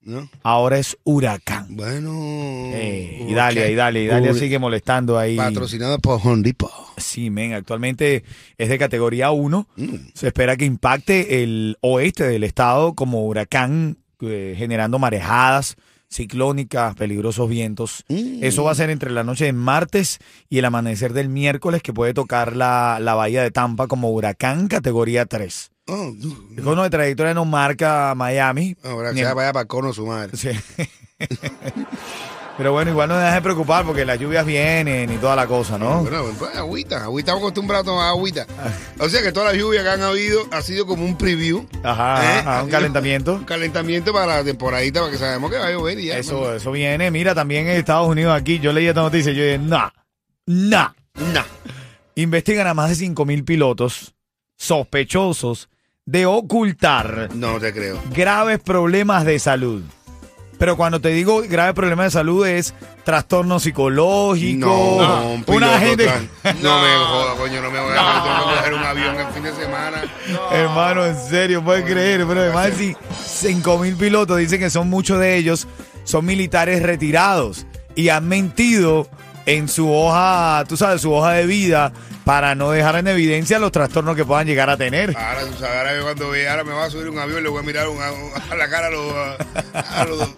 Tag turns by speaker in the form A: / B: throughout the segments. A: ¿No?
B: Ahora es huracán.
A: Bueno.
B: Eh, y dale, y dale, y dale, sigue molestando ahí.
A: Patrocinado por Hondipo.
B: Sí, men, actualmente es de categoría 1.
A: Mm.
B: Se espera que impacte el oeste del estado como huracán, eh, generando marejadas ciclónicas, peligrosos vientos.
A: Mm.
B: Eso va a ser entre la noche de martes y el amanecer del miércoles, que puede tocar la, la bahía de Tampa como huracán categoría 3.
A: Oh,
B: Con una trayectoria no marca Miami.
A: ahora
B: ni-
A: que vaya para cono su madre.
B: Sí. Pero bueno, igual no te dejes de preocupar porque las lluvias vienen y toda la cosa, ¿no?
A: Bueno, pues, agüita, agüita, estamos acostumbrados a tomar agüita. O sea que toda la lluvia que han habido ha sido como un preview,
B: Ajá,
A: Eh,
B: ajá, un
A: así-
B: calentamiento.
A: un calentamiento para la temporadita, para que sabemos que va a llover y ya.
B: Eso, eso viene. Mira, también en Estados Unidos aquí, yo leí esta noticia y yo dije, nah, nah.
A: man. Nah.
B: Investigan a más de 5.000 pilotos sospechosos de ocultar
A: No te creo.
B: graves problemas de salud. Pero cuando te digo graves problemas de salud es trastorno psicológico.
A: No, un piloto
B: una gente...
A: tan- No me jodas, coño, no me voy a dejar. Tengo que coger un avión el fin de semana. No.
B: Hermano, en serio, puedes creer, pero además si 5 mil pilotos dicen que son muchos de ellos, son militares retirados y han mentido en su hoja, tú sabes, su hoja de vida para no dejar en evidencia los trastornos que puedan llegar a tener.
A: Ahora, tú sabes, ahora yo cuando vea, ahora me va a subir un avión, le voy a mirar un- a, a la cara a los. A, a los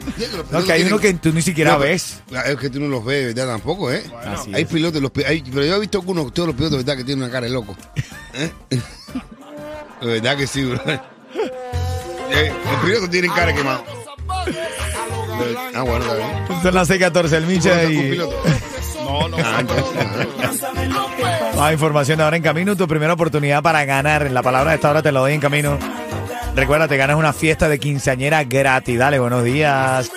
B: No, que hay uno que tú ni siquiera ves.
A: La- Es que tú no los ves, ¿verdad? Tampoco, ¿eh?
B: Así
A: hay
B: es.
A: pilotos, los, pi- hay- pero yo he visto algunos de todos los pilotos, ¿verdad? Que tienen una cara de loco. ¿Eh? De verdad que sí, bro. Eh, los pilotos tienen cara quemada. Ah, bueno, está bien.
B: Son las 6:14, el Micha
A: ¿Conoces algún
B: y
A: piloto? Ah, entonces,
B: más información ahora en camino. Tu primera oportunidad para ganar. La palabra de esta hora te la doy en camino. Recuerda, te ganas una fiesta de quinceañera gratis. Dale, buenos días.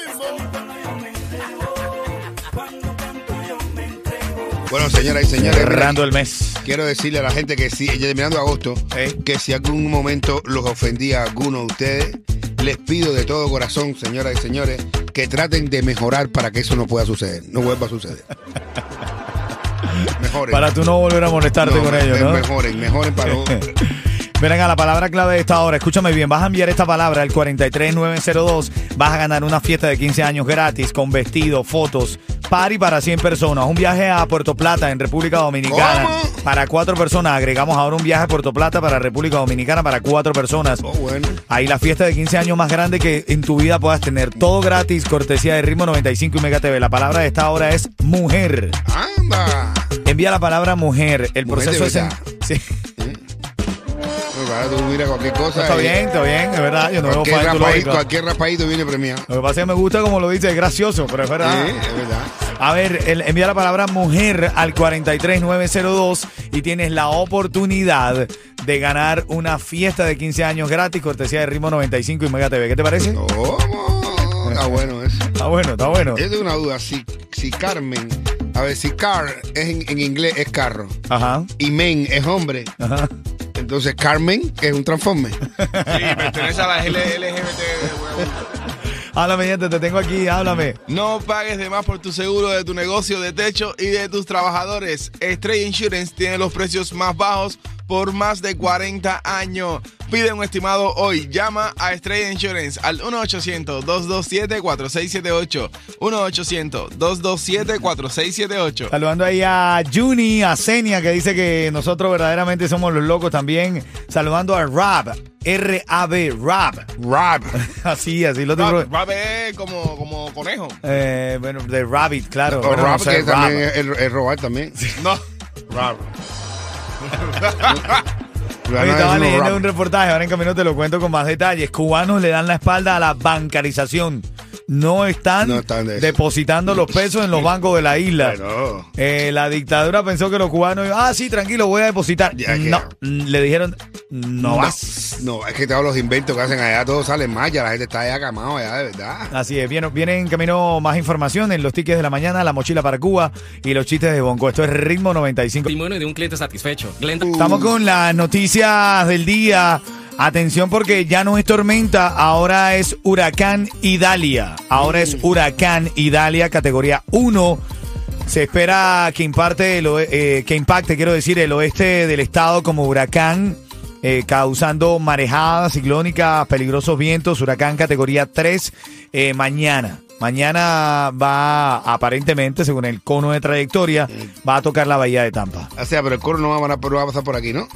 A: Bueno, señoras y señores.
B: Cerrando el mes.
A: Quiero decirle a la gente que si, terminando agosto,
B: Eh.
A: que si algún momento los ofendí a alguno de ustedes, les pido de todo corazón, señoras y señores, que traten de mejorar para que eso no pueda suceder, no vuelva a suceder. Mejoren.
B: Para tú no volver a molestarte
A: No,
B: con
A: me-
B: ellos,
A: me-
B: ¿no?
A: Mejoren, mejoren para los...
B: Verán a la palabra clave de esta hora. Escúchame bien, vas a enviar esta palabra al 43902. Vas a ganar una fiesta de 15 años gratis con vestido, fotos, party para 100 personas. Un viaje a Puerto Plata en República Dominicana
A: ¿Cómo?
B: para cuatro personas. Agregamos ahora un viaje a Puerto Plata para República Dominicana para cuatro personas.
A: Oh, bueno.
B: Ahí la fiesta de 15 años más grande que en tu vida puedas tener. Todo gratis, cortesía de Ritmo 95 y Mega TV. La palabra de esta hora es mujer.
A: ¡Amba!
B: Envía la palabra mujer. El
A: Mujer de
B: proceso es. en-
A: verdad.
B: Sí.
A: No, claro, tú miras cualquier cosa.
B: Está
A: y
B: bien, está bien, es verdad. Yo no veo
A: Cualquier
B: falta en tu
A: raspadito,
B: lógica.
A: cualquier raspadito viene premiado.
B: Lo que pasa es que me gusta como lo dice, es gracioso, pero es verdad.
A: Sí, es verdad.
B: A ver, el- envía la palabra mujer al 43902 y tienes la oportunidad de ganar una fiesta de 15 años gratis, cortesía de Ritmo 95 y Mega TV. ¿Qué te parece?
A: ¿Cómo? Está Ah, bueno eso.
B: Está bueno, está bueno.
A: Yo tengo una duda. Si, si Carmen, a ver, si car es en, en inglés es carro
B: Ajá,
A: y men es hombre,
B: ajá.
A: entonces Carmen es un transforme.
C: Sí, pertenece a la LGBT, huevón.
B: Háblame, gente, te tengo aquí, háblame.
C: No pagues de más por tu seguro de tu negocio de techo y de tus trabajadores. Stray Insurance tiene los precios más bajos por más de 40 años. Pide un estimado hoy. Llama a Stray Insurance al 1-800-227-4678. 1-800-227-4678.
B: Saludando ahí a Juni, a Senia, que dice que nosotros verdaderamente somos los locos también. Saludando a Rab, R-A-B, Rab.
A: Rap.
B: Así, así lo tengo.
C: Rap, rap es como, como conejo.
B: Eh, bueno, de Rabbit, claro.
A: O
B: Bueno, no
A: rap
B: sé,
A: que
B: Rab.
A: también es, es robar también.
C: No.
A: Rap.
B: Oye, estaba leyendo un reportaje, ahora en camino te lo cuento con más detalles. Cubanos le dan la espalda a la bancarización. No están,
A: No están de eso.
B: depositando los pesos en los bancos de la isla.
A: Pero-
B: Eh, la dictadura pensó que los cubanos, iban, ah, sí, tranquilo, voy a depositar.
A: Ya,
B: no,
A: ya.
B: mm, le dijeron, no va.
A: No, es que todos los inventos que hacen allá, todos salen mal, ya la gente está allá camado, ya de verdad.
B: Así es, viene, viene en camino más información en los tickets de la mañana, la mochila para Cuba y los chistes de Bonco. Esto es Ritmo 95.
D: testimonio de un cliente satisfecho. Glenda
B: Estamos con las noticias del día. Atención porque ya no es tormenta, ahora es huracán Idalia. Ahora es huracán Idalia, categoría 1. Se espera que, imparte el oe- eh, que impacte, quiero decir, el oeste del estado como huracán, eh, causando marejadas ciclónicas, peligrosos vientos, huracán categoría 3 eh, mañana. Mañana va, aparentemente, según el cono de trayectoria, va a tocar la bahía de Tampa.
A: O sea, pero el coro no va a, parar, pero va a pasar por aquí, ¿no?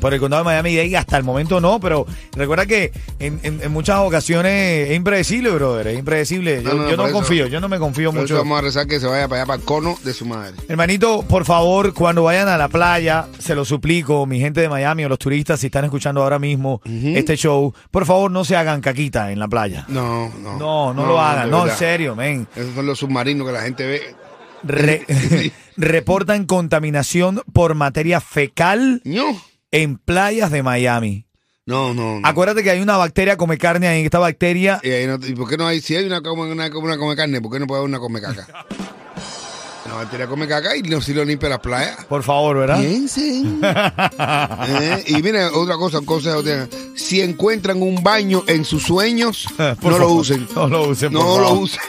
B: Por el condado de Miami-Dade hasta el momento no, pero recuerda que en, en- en muchas ocasiones es impredecible, brother, es impredecible. Yo
A: No,
B: yo
A: no,
B: no,
A: por eso-
B: confío, yo no me confío
A: Por eso
B: mucho.
A: vamos a rezar que se vaya para allá, para el cono de su madre.
B: Hermanito, por favor, cuando vayan a la playa, se lo suplico, mi gente de Miami o los turistas, si están escuchando ahora mismo este show, por favor no se hagan caquita en la playa.
A: No, no.
B: No, no, lo hagan,
A: de
B: no, en
A: verdad.
B: serio, men.
A: Esos son los submarinos que la gente ve.
B: Re- reportan contaminación por materia fecal
A: No,
B: en playas de Miami.
A: no, no. no.
B: Acuérdate que hay una bacteria come carne ahí, esta bacteria
A: Y, ahí no- ¿y por qué no hay? Si hay una como una, como una come carne, ¿por qué no puede haber una come caca? La bacteria come caca y no si lo limpia las playas.
B: Por favor, ¿verdad?
A: Piensen. Eh, Y mira, otra cosa, un consejo, tengan. si encuentran un baño en sus sueños,
B: Por
A: no lo
B: favor,
A: usen.
B: No lo usen. por
A: No lo
B: favor.
A: usen.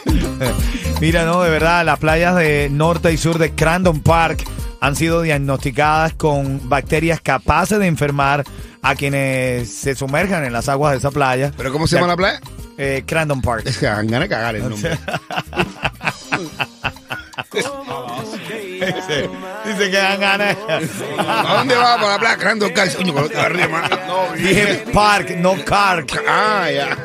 B: Mira, no, de verdad, las playas de norte y sur de Crandon Park han sido diagnosticadas con bacterias capaces de enfermar a quienes se sumerjan en las aguas de esa playa.
A: ¿Pero cómo se llama la playa?
B: Eh, Crandon Park.
A: Es que dan ganas de cagar el nombre.
B: Dice que dan ganas.
A: ¿A dónde va? Para la playa, Crandon Car. Coño, con otra rima. No,
B: Dije Park, no Kark.
A: Ah, ya.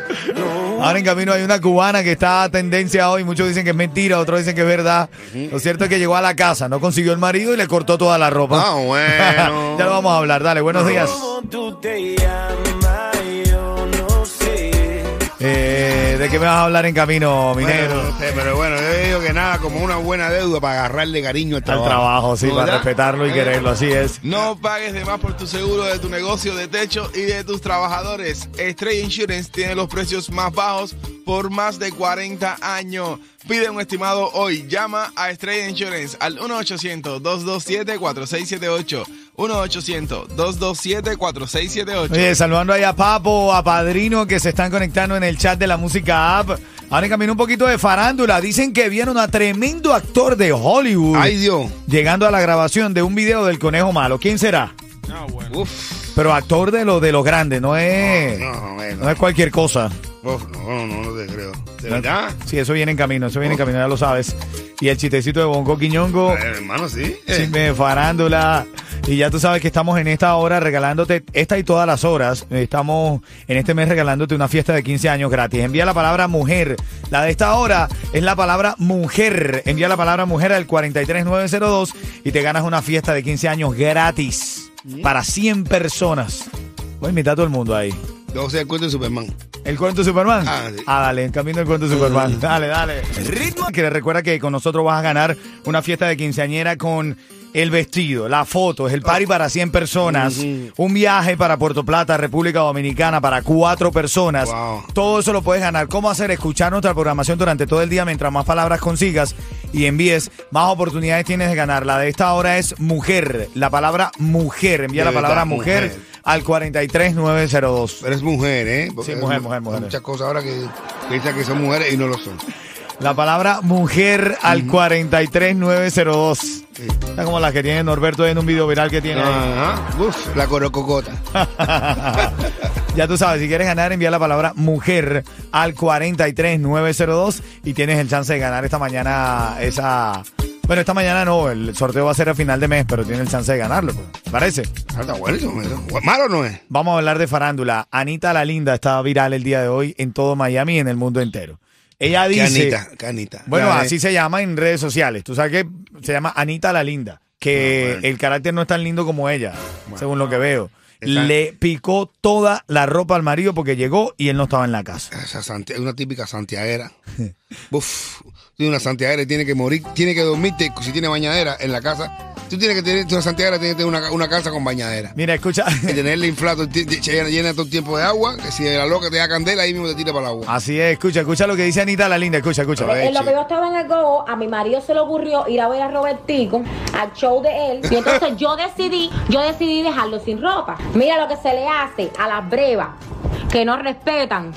B: Ahora en camino hay una cubana que está a tendencia hoy. Muchos dicen que es mentira, otros dicen que es verdad. Lo cierto es que llegó a la casa, no consiguió el marido y le cortó toda la ropa.
A: Ah, bueno.
B: ya lo vamos a hablar. Dale, buenos días.
E: tú te llamas, yo no sé.
B: Eh, ¿De qué me vas a hablar en camino, minero?
A: Bueno, no sé, pero bueno, yo digo que nada, como una buena deuda para agarrarle cariño al
B: Al
A: trabajo.
B: trabajo, sí,
A: ¿No,
B: para
A: verdad?
B: respetarlo y
A: Eh,
B: quererlo, así es.
C: No pagues de más por tu seguro de tu negocio de techo y de tus trabajadores. Stray Insurance tiene los precios más bajos por más de 40 años. Pide un estimado hoy. Llama a Stray Insurance al 1-800-227-4678. 1-800-227-4678.
B: Oye, saludando ahí a Papo, a Padrino, que se están conectando en el chat de la música app. Ahora en camino un poquito de farándula. Dicen que vieron a tremendo actor de Hollywood
A: Ay, Dios.
B: llegando a la grabación de un video del Conejo Malo. ¿Quién será?
A: Ah, Uf.
B: Pero actor de los de los grandes, no es, Eh. no,
A: No, bueno.
B: es cualquier cosa.
A: Uf, no, no, no, no te creo. ¿De verdad?
B: Sí, eso viene en camino, eso viene en camino, ya lo sabes. Y el chistecito de Bonco Quiñongo.
A: Eh, hermano, sí. Eh,
B: Chisme de farándula. Y ya tú sabes que estamos en esta hora regalándote esta y todas las horas. Estamos en este mes regalándote una fiesta de 15 años gratis. Envía la palabra mujer. La de esta hora es la palabra mujer. Envía la palabra mujer al 43902 y te ganas una fiesta de 15 años gratis para 100 personas. Voy a invitar a todo el mundo ahí.
A: Yo sé el cuento de Superman.
B: ¿El cuento de Superman?
A: Ah, sí. Ah.
B: dale, en camino el cuento de Superman. Dale, dale. Ritmo. Que recuerda que con nosotros vas a ganar una fiesta de quinceañera con el vestido, las fotos, el party para 100 personas, un viaje para Puerto Plata, República Dominicana para cuatro personas.
A: Wow.
B: Todo eso lo puedes ganar. ¿Cómo hacer? Escuchar nuestra programación durante todo el día mientras más palabras consigas y envíes, más oportunidades tienes de ganar. La de esta hora es mujer, la palabra mujer. Envía
A: De
B: la palabra
A: verdad,
B: mujer,
A: mujer.
B: al 43902.
A: Pero es mujer, ¿eh?
B: Sí,
A: es
B: mujer,
A: mu-
B: mujer, mujer.
A: Hay muchas cosas ahora que piensan que son mujeres y no lo son.
B: La palabra mujer al 43902. Está como la que tiene Norberto en un video viral que tiene. ahí.
A: Ajá. Uf, la corococota.
B: Ya tú sabes, si quieres ganar, envía la palabra mujer al 43902 y tienes el chance de ganar esta mañana esa... Bueno, esta mañana no, el sorteo va a ser a final de mes, pero tienes el chance de ganarlo. pues. ¿Te parece?
A: Ah, Está bueno eso, eso. Malo no es.
B: Vamos a hablar de farándula. Anita la Linda está viral el día de hoy en todo Miami y en el mundo entero. Ella dice...
A: Canita, canita.
B: Bueno,
A: Ya, eh.
B: así se llama en redes sociales. Tú sabes que se llama Anita la Linda,
A: Ah,
B: que el carácter no es tan lindo como ella, según lo que veo.
A: Está-
B: Le picó toda la ropa al marido porque llegó y él no estaba en la casa.
A: Esa Santi- una típica santiaguera. Uf, tiene una santiaguera y tiene que morir, tiene que dormirte, si tiene bañadera en la casa, tú tienes que tener, una santiaguera tiene que tener una, ca- una casa con bañadera.
B: Mira, escucha.
A: Y tenerla inflada, todo el tie- llena, llena todo el tiempo de agua, que si la loca te da candela, ahí mismo te tira para el agua.
B: Así es, escucha, escucha lo que dice Anita la linda, escucha, escucha.
A: A ver.
F: En lo que yo estaba en el Go, a mi marido se le ocurrió ir a ver a Robertico al show de él. Y entonces yo decidí, yo decidí dejarlo sin ropa. Mira lo que se le hace a las brevas que no respetan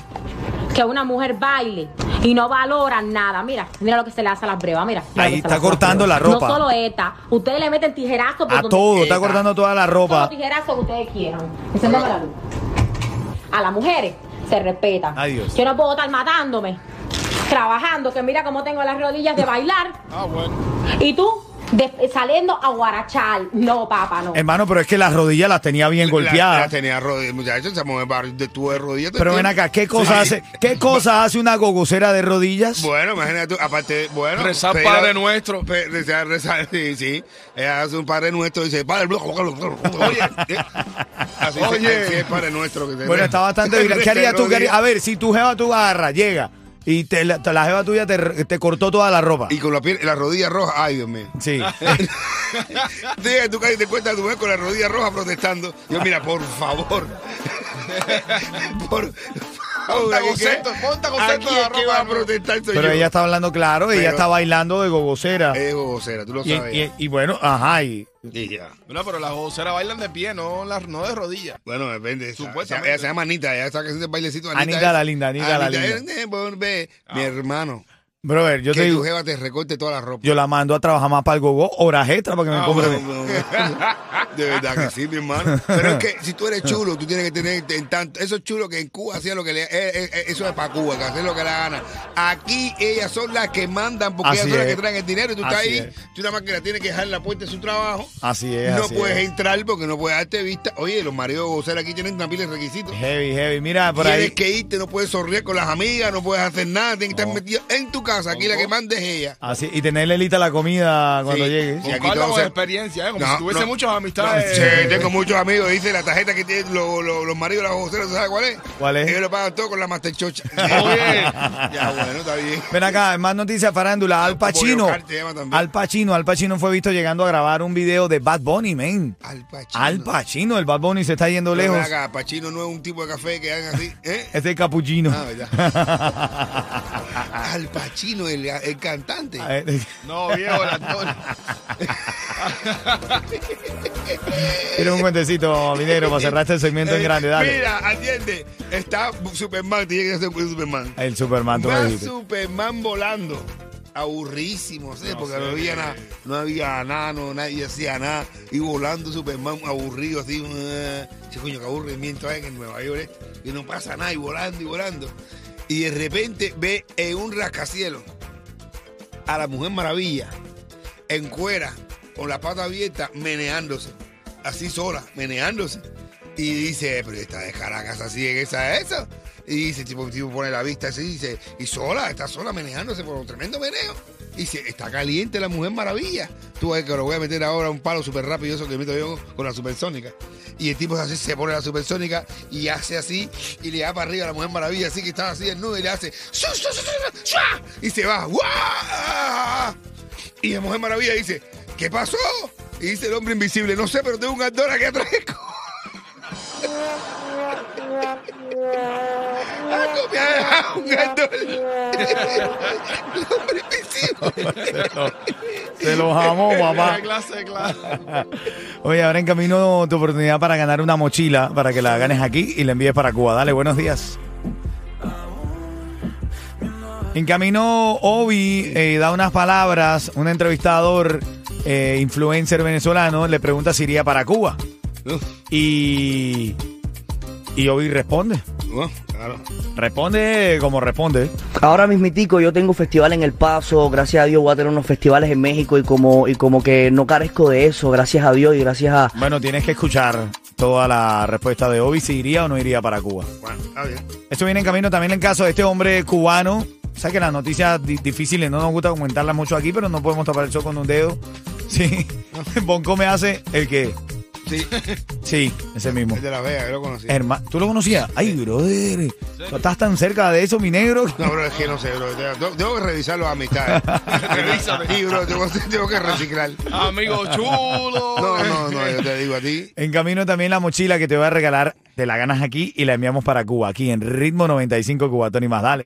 F: que una mujer baile y no valoran nada. Mira, mira lo que se le hace a las brevas, mira. mira
B: Ahí
F: lo que
B: está
F: se le hace a las
B: cortando
F: brevas.
B: la ropa.
F: No solo esta, ustedes le meten tijerazos por
B: A
F: donde
B: todo, está
F: quiera.
B: cortando toda la ropa.
F: Todos los tijerazos que ustedes quieran. Enciéndame la luz. A las mujeres se respeta.
B: Adiós.
F: Yo no puedo estar matándome, trabajando, que mira cómo tengo las rodillas de bailar.
C: Ah, bueno.
F: Y tú de- saliendo a guarachar. No, papá, no.
B: Hermano, pero es que las rodillas las tenía bien
A: La,
B: golpeadas.
A: la tenía rodillas, muchachos, se mueve para de tu de rodillas. todo el
B: Pero ven
A: tiempo.
B: acá, ¿qué cosa
A: Sí.
B: hace? ¿Qué cosa hace una gogocera de rodillas?
A: Bueno, imagínate tú, aparte, de- bueno.
C: Rezar
A: pedir
C: Padre
A: a-
C: Nuestro.
A: pe- rezar, rezar, sí, sí. Ella hace un Padre Nuestro y dice, Padre, oye. eh, Así
C: Oye.
A: se- así es Padre Nuestro. Que te-
B: Bueno, está bastante viral. ¿Qué harías tú? ¿Qué harías? A ver, si tu jeva tú agarra, llega y te, la, te- la jeva tuya te, te cortó toda la ropa.
A: Y con la piel, la rodilla roja, ay, Dios mío.
B: Sí.
A: Sí, tú caes de cuenta de tu mujer con la rodilla roja protestando. Yo, mira, por favor. por favor.
C: Ponta
A: aquí
C: concepto,
A: que-
C: ponta
A: aquí
C: concepto de la
A: el que
C: ropa,
A: va a
C: no.
A: protestar soy
B: Pero
A: yo.
B: ella está hablando claro, ella
A: Pero-
B: está bailando de gogocera.
A: Es gogocera, tú lo
B: Y,
A: sabes.
B: y- y bueno, ajá, y
A: Y ya.
C: Bueno, pero las voceras bailan de pie, no, las- no de rodillas.
A: Bueno, depende. esa-
C: Supuestamente.
A: esa- Ella se llama Anita, ella sabe que es el bailecito. de
B: Anita
A: es-
B: la linda, Anita la linda.
A: es de volver. Mi hermano,
B: Brother, yo
A: que
B: te digo,
A: tu jeva te recorte toda la ropa.
B: yo la mando a trabajar más para el gogo, horas extra para que me
A: Ah,
B: compre.
A: bueno, bueno, bueno. De verdad que sí, mi hermano. Pero es que si tú eres chulo, tú tienes que tener en tanto. Eso es chulo que en Cuba hacía lo que le. eh, eh, eh, eso es para Cuba, que hacen lo que le gana. Aquí ellas son las que mandan porque
B: Así
A: ellas son las
B: es.
A: que traen el dinero y tú estás
B: Así
A: ahí.
B: es.
A: Tú nada más que la tienes que dejar en la puerta de su trabajo.
B: Así es.
A: no
B: así
A: puedes
B: es.
A: entrar porque no puedes darte vista. Oye, los maridos goceros aquí tienen una pila de requisitos.
B: Heavy, heavy. Mira, por
A: tienes
B: ahí.
A: que irte, no puedes sonreír con las amigas, no puedes hacer nada, tienes que estar metido en tu casa. Aquí la que manda es ella.
B: Así, y tenerle lista la comida cuando
A: Sí.
B: llegue.
A: Sí. aquí
C: Buscarla
A: todo
C: con
A: se-
C: experiencia, ¿eh? como
A: No,
C: si tuviese
A: no.
C: muchas amistades.
A: Sí, Eh, tengo muchos amigos, dice la tarjeta que tienen los, los, los maridos de las voceras, ¿tú ¿sabes cuál es?
B: ¿Cuál es?
A: Ellos lo pagan todo con la Masterchocha.
C: Oye.
A: ya bueno, está bien.
B: Ven acá, más noticias farándula. Al
A: Como
B: Pacino.
A: Yocarte se llama también.
B: Al Pacino, Al Pacino fue visto llegando a grabar un video de Bad Bunny, man.
A: Al Pachino.
B: Al Pacino, el Bad Bunny se está yendo
A: Pero ven
B: lejos. Este
A: acá, Pachino no es un tipo de café que hagan así, ¿eh?
B: Es el capuchino.
A: Ah, verdad. Ah, Al Pacino, el, el cantante.
C: No, viejo, el actor.
B: Tiene un cuentecito, minero, para cerrar este segmento en
A: Eh,
B: grande, dale.
A: Mira, atiende. Está Superman, tiene que ser Superman.
B: El Superman, tú me
A: Más
B: dijiste.
A: Superman volando. Aburrísimo, ¿sí? porque no había nada, no había nada, no, nadie hacía nada. Y volando Superman aburrido, así, eh, che, coño, que aburrimiento hay en Nueva York, este, y no pasa nada, y volando y volando. Y de repente ve en un rascacielos a la Mujer Maravilla, en cuera, con la pata abierta, meneándose, así sola, meneándose. Y dice, pero esta de Caracas así es esa es eso. Y dice, tipo, el tipo pone la vista así, dice, y sola, está sola meneándose por un tremendo meneo. Y dice, está caliente la mujer maravilla. Tú ves que lo voy a meter ahora un palo súper rápido, eso que meto yo con la supersónica. Y el tipo así se pone la supersónica y hace así y le da para arriba a la mujer maravilla, así que estaba así desnuda y le hace, "Su, su, su, su, su, shua", y se va, ¡guau! Y la mujer maravilla dice, ¿qué pasó? Y dice el hombre invisible, no sé, pero tengo un actor aquí atrás. Algo me ha dejado un actor.
C: Em-
A: El hombre invisible.
B: Se lo jamó, papá.
C: Mira, clase, clase.
B: Oye, ahora en camino tu oportunidad para ganar una mochila para que la ganes aquí y la envíes para Cuba. Dale, buenos días. En camino, Obi eh, da unas palabras. Un entrevistador, eh, influencer venezolano, le pregunta si iría para Cuba. Y, y Obi responde.
A: Bueno, claro.
B: Responde como responde.
G: Ahora mismitico yo tengo un festival en El Paso, gracias a Dios voy a tener unos festivales en México y como, y como que no carezco de eso, gracias a Dios y gracias a,
B: Bueno, tienes que escuchar toda la respuesta de Obi si iría o no iría para Cuba.
A: Bueno, está bien.
B: Esto viene en camino también en caso de este hombre cubano. Sabes que las noticias di- difíciles no nos gusta comentarlas mucho aquí, pero no podemos tapar el sol con un dedo. Sí. Bonco me hace el que.
A: Sí,
B: Sí, ese mismo.
A: es de la Vega, yo lo conocí.
B: Herma- ¿Tú lo conocías? Ay, brother. Tú estás tan cerca de eso, mi negro.
A: No, bro, es que no sé, bro. Tengo- Tengo, tengo que revisar las amistades.
C: Revísame.
A: Sí, bro, tengo, tengo que reciclar.
C: Amigo chulo.
A: No, no, no, yo te digo a ti.
B: En camino también la mochila que te voy a regalar, te la ganas aquí y la enviamos para Cuba, aquí en Ritmo 95 Cubatón y más. Dale.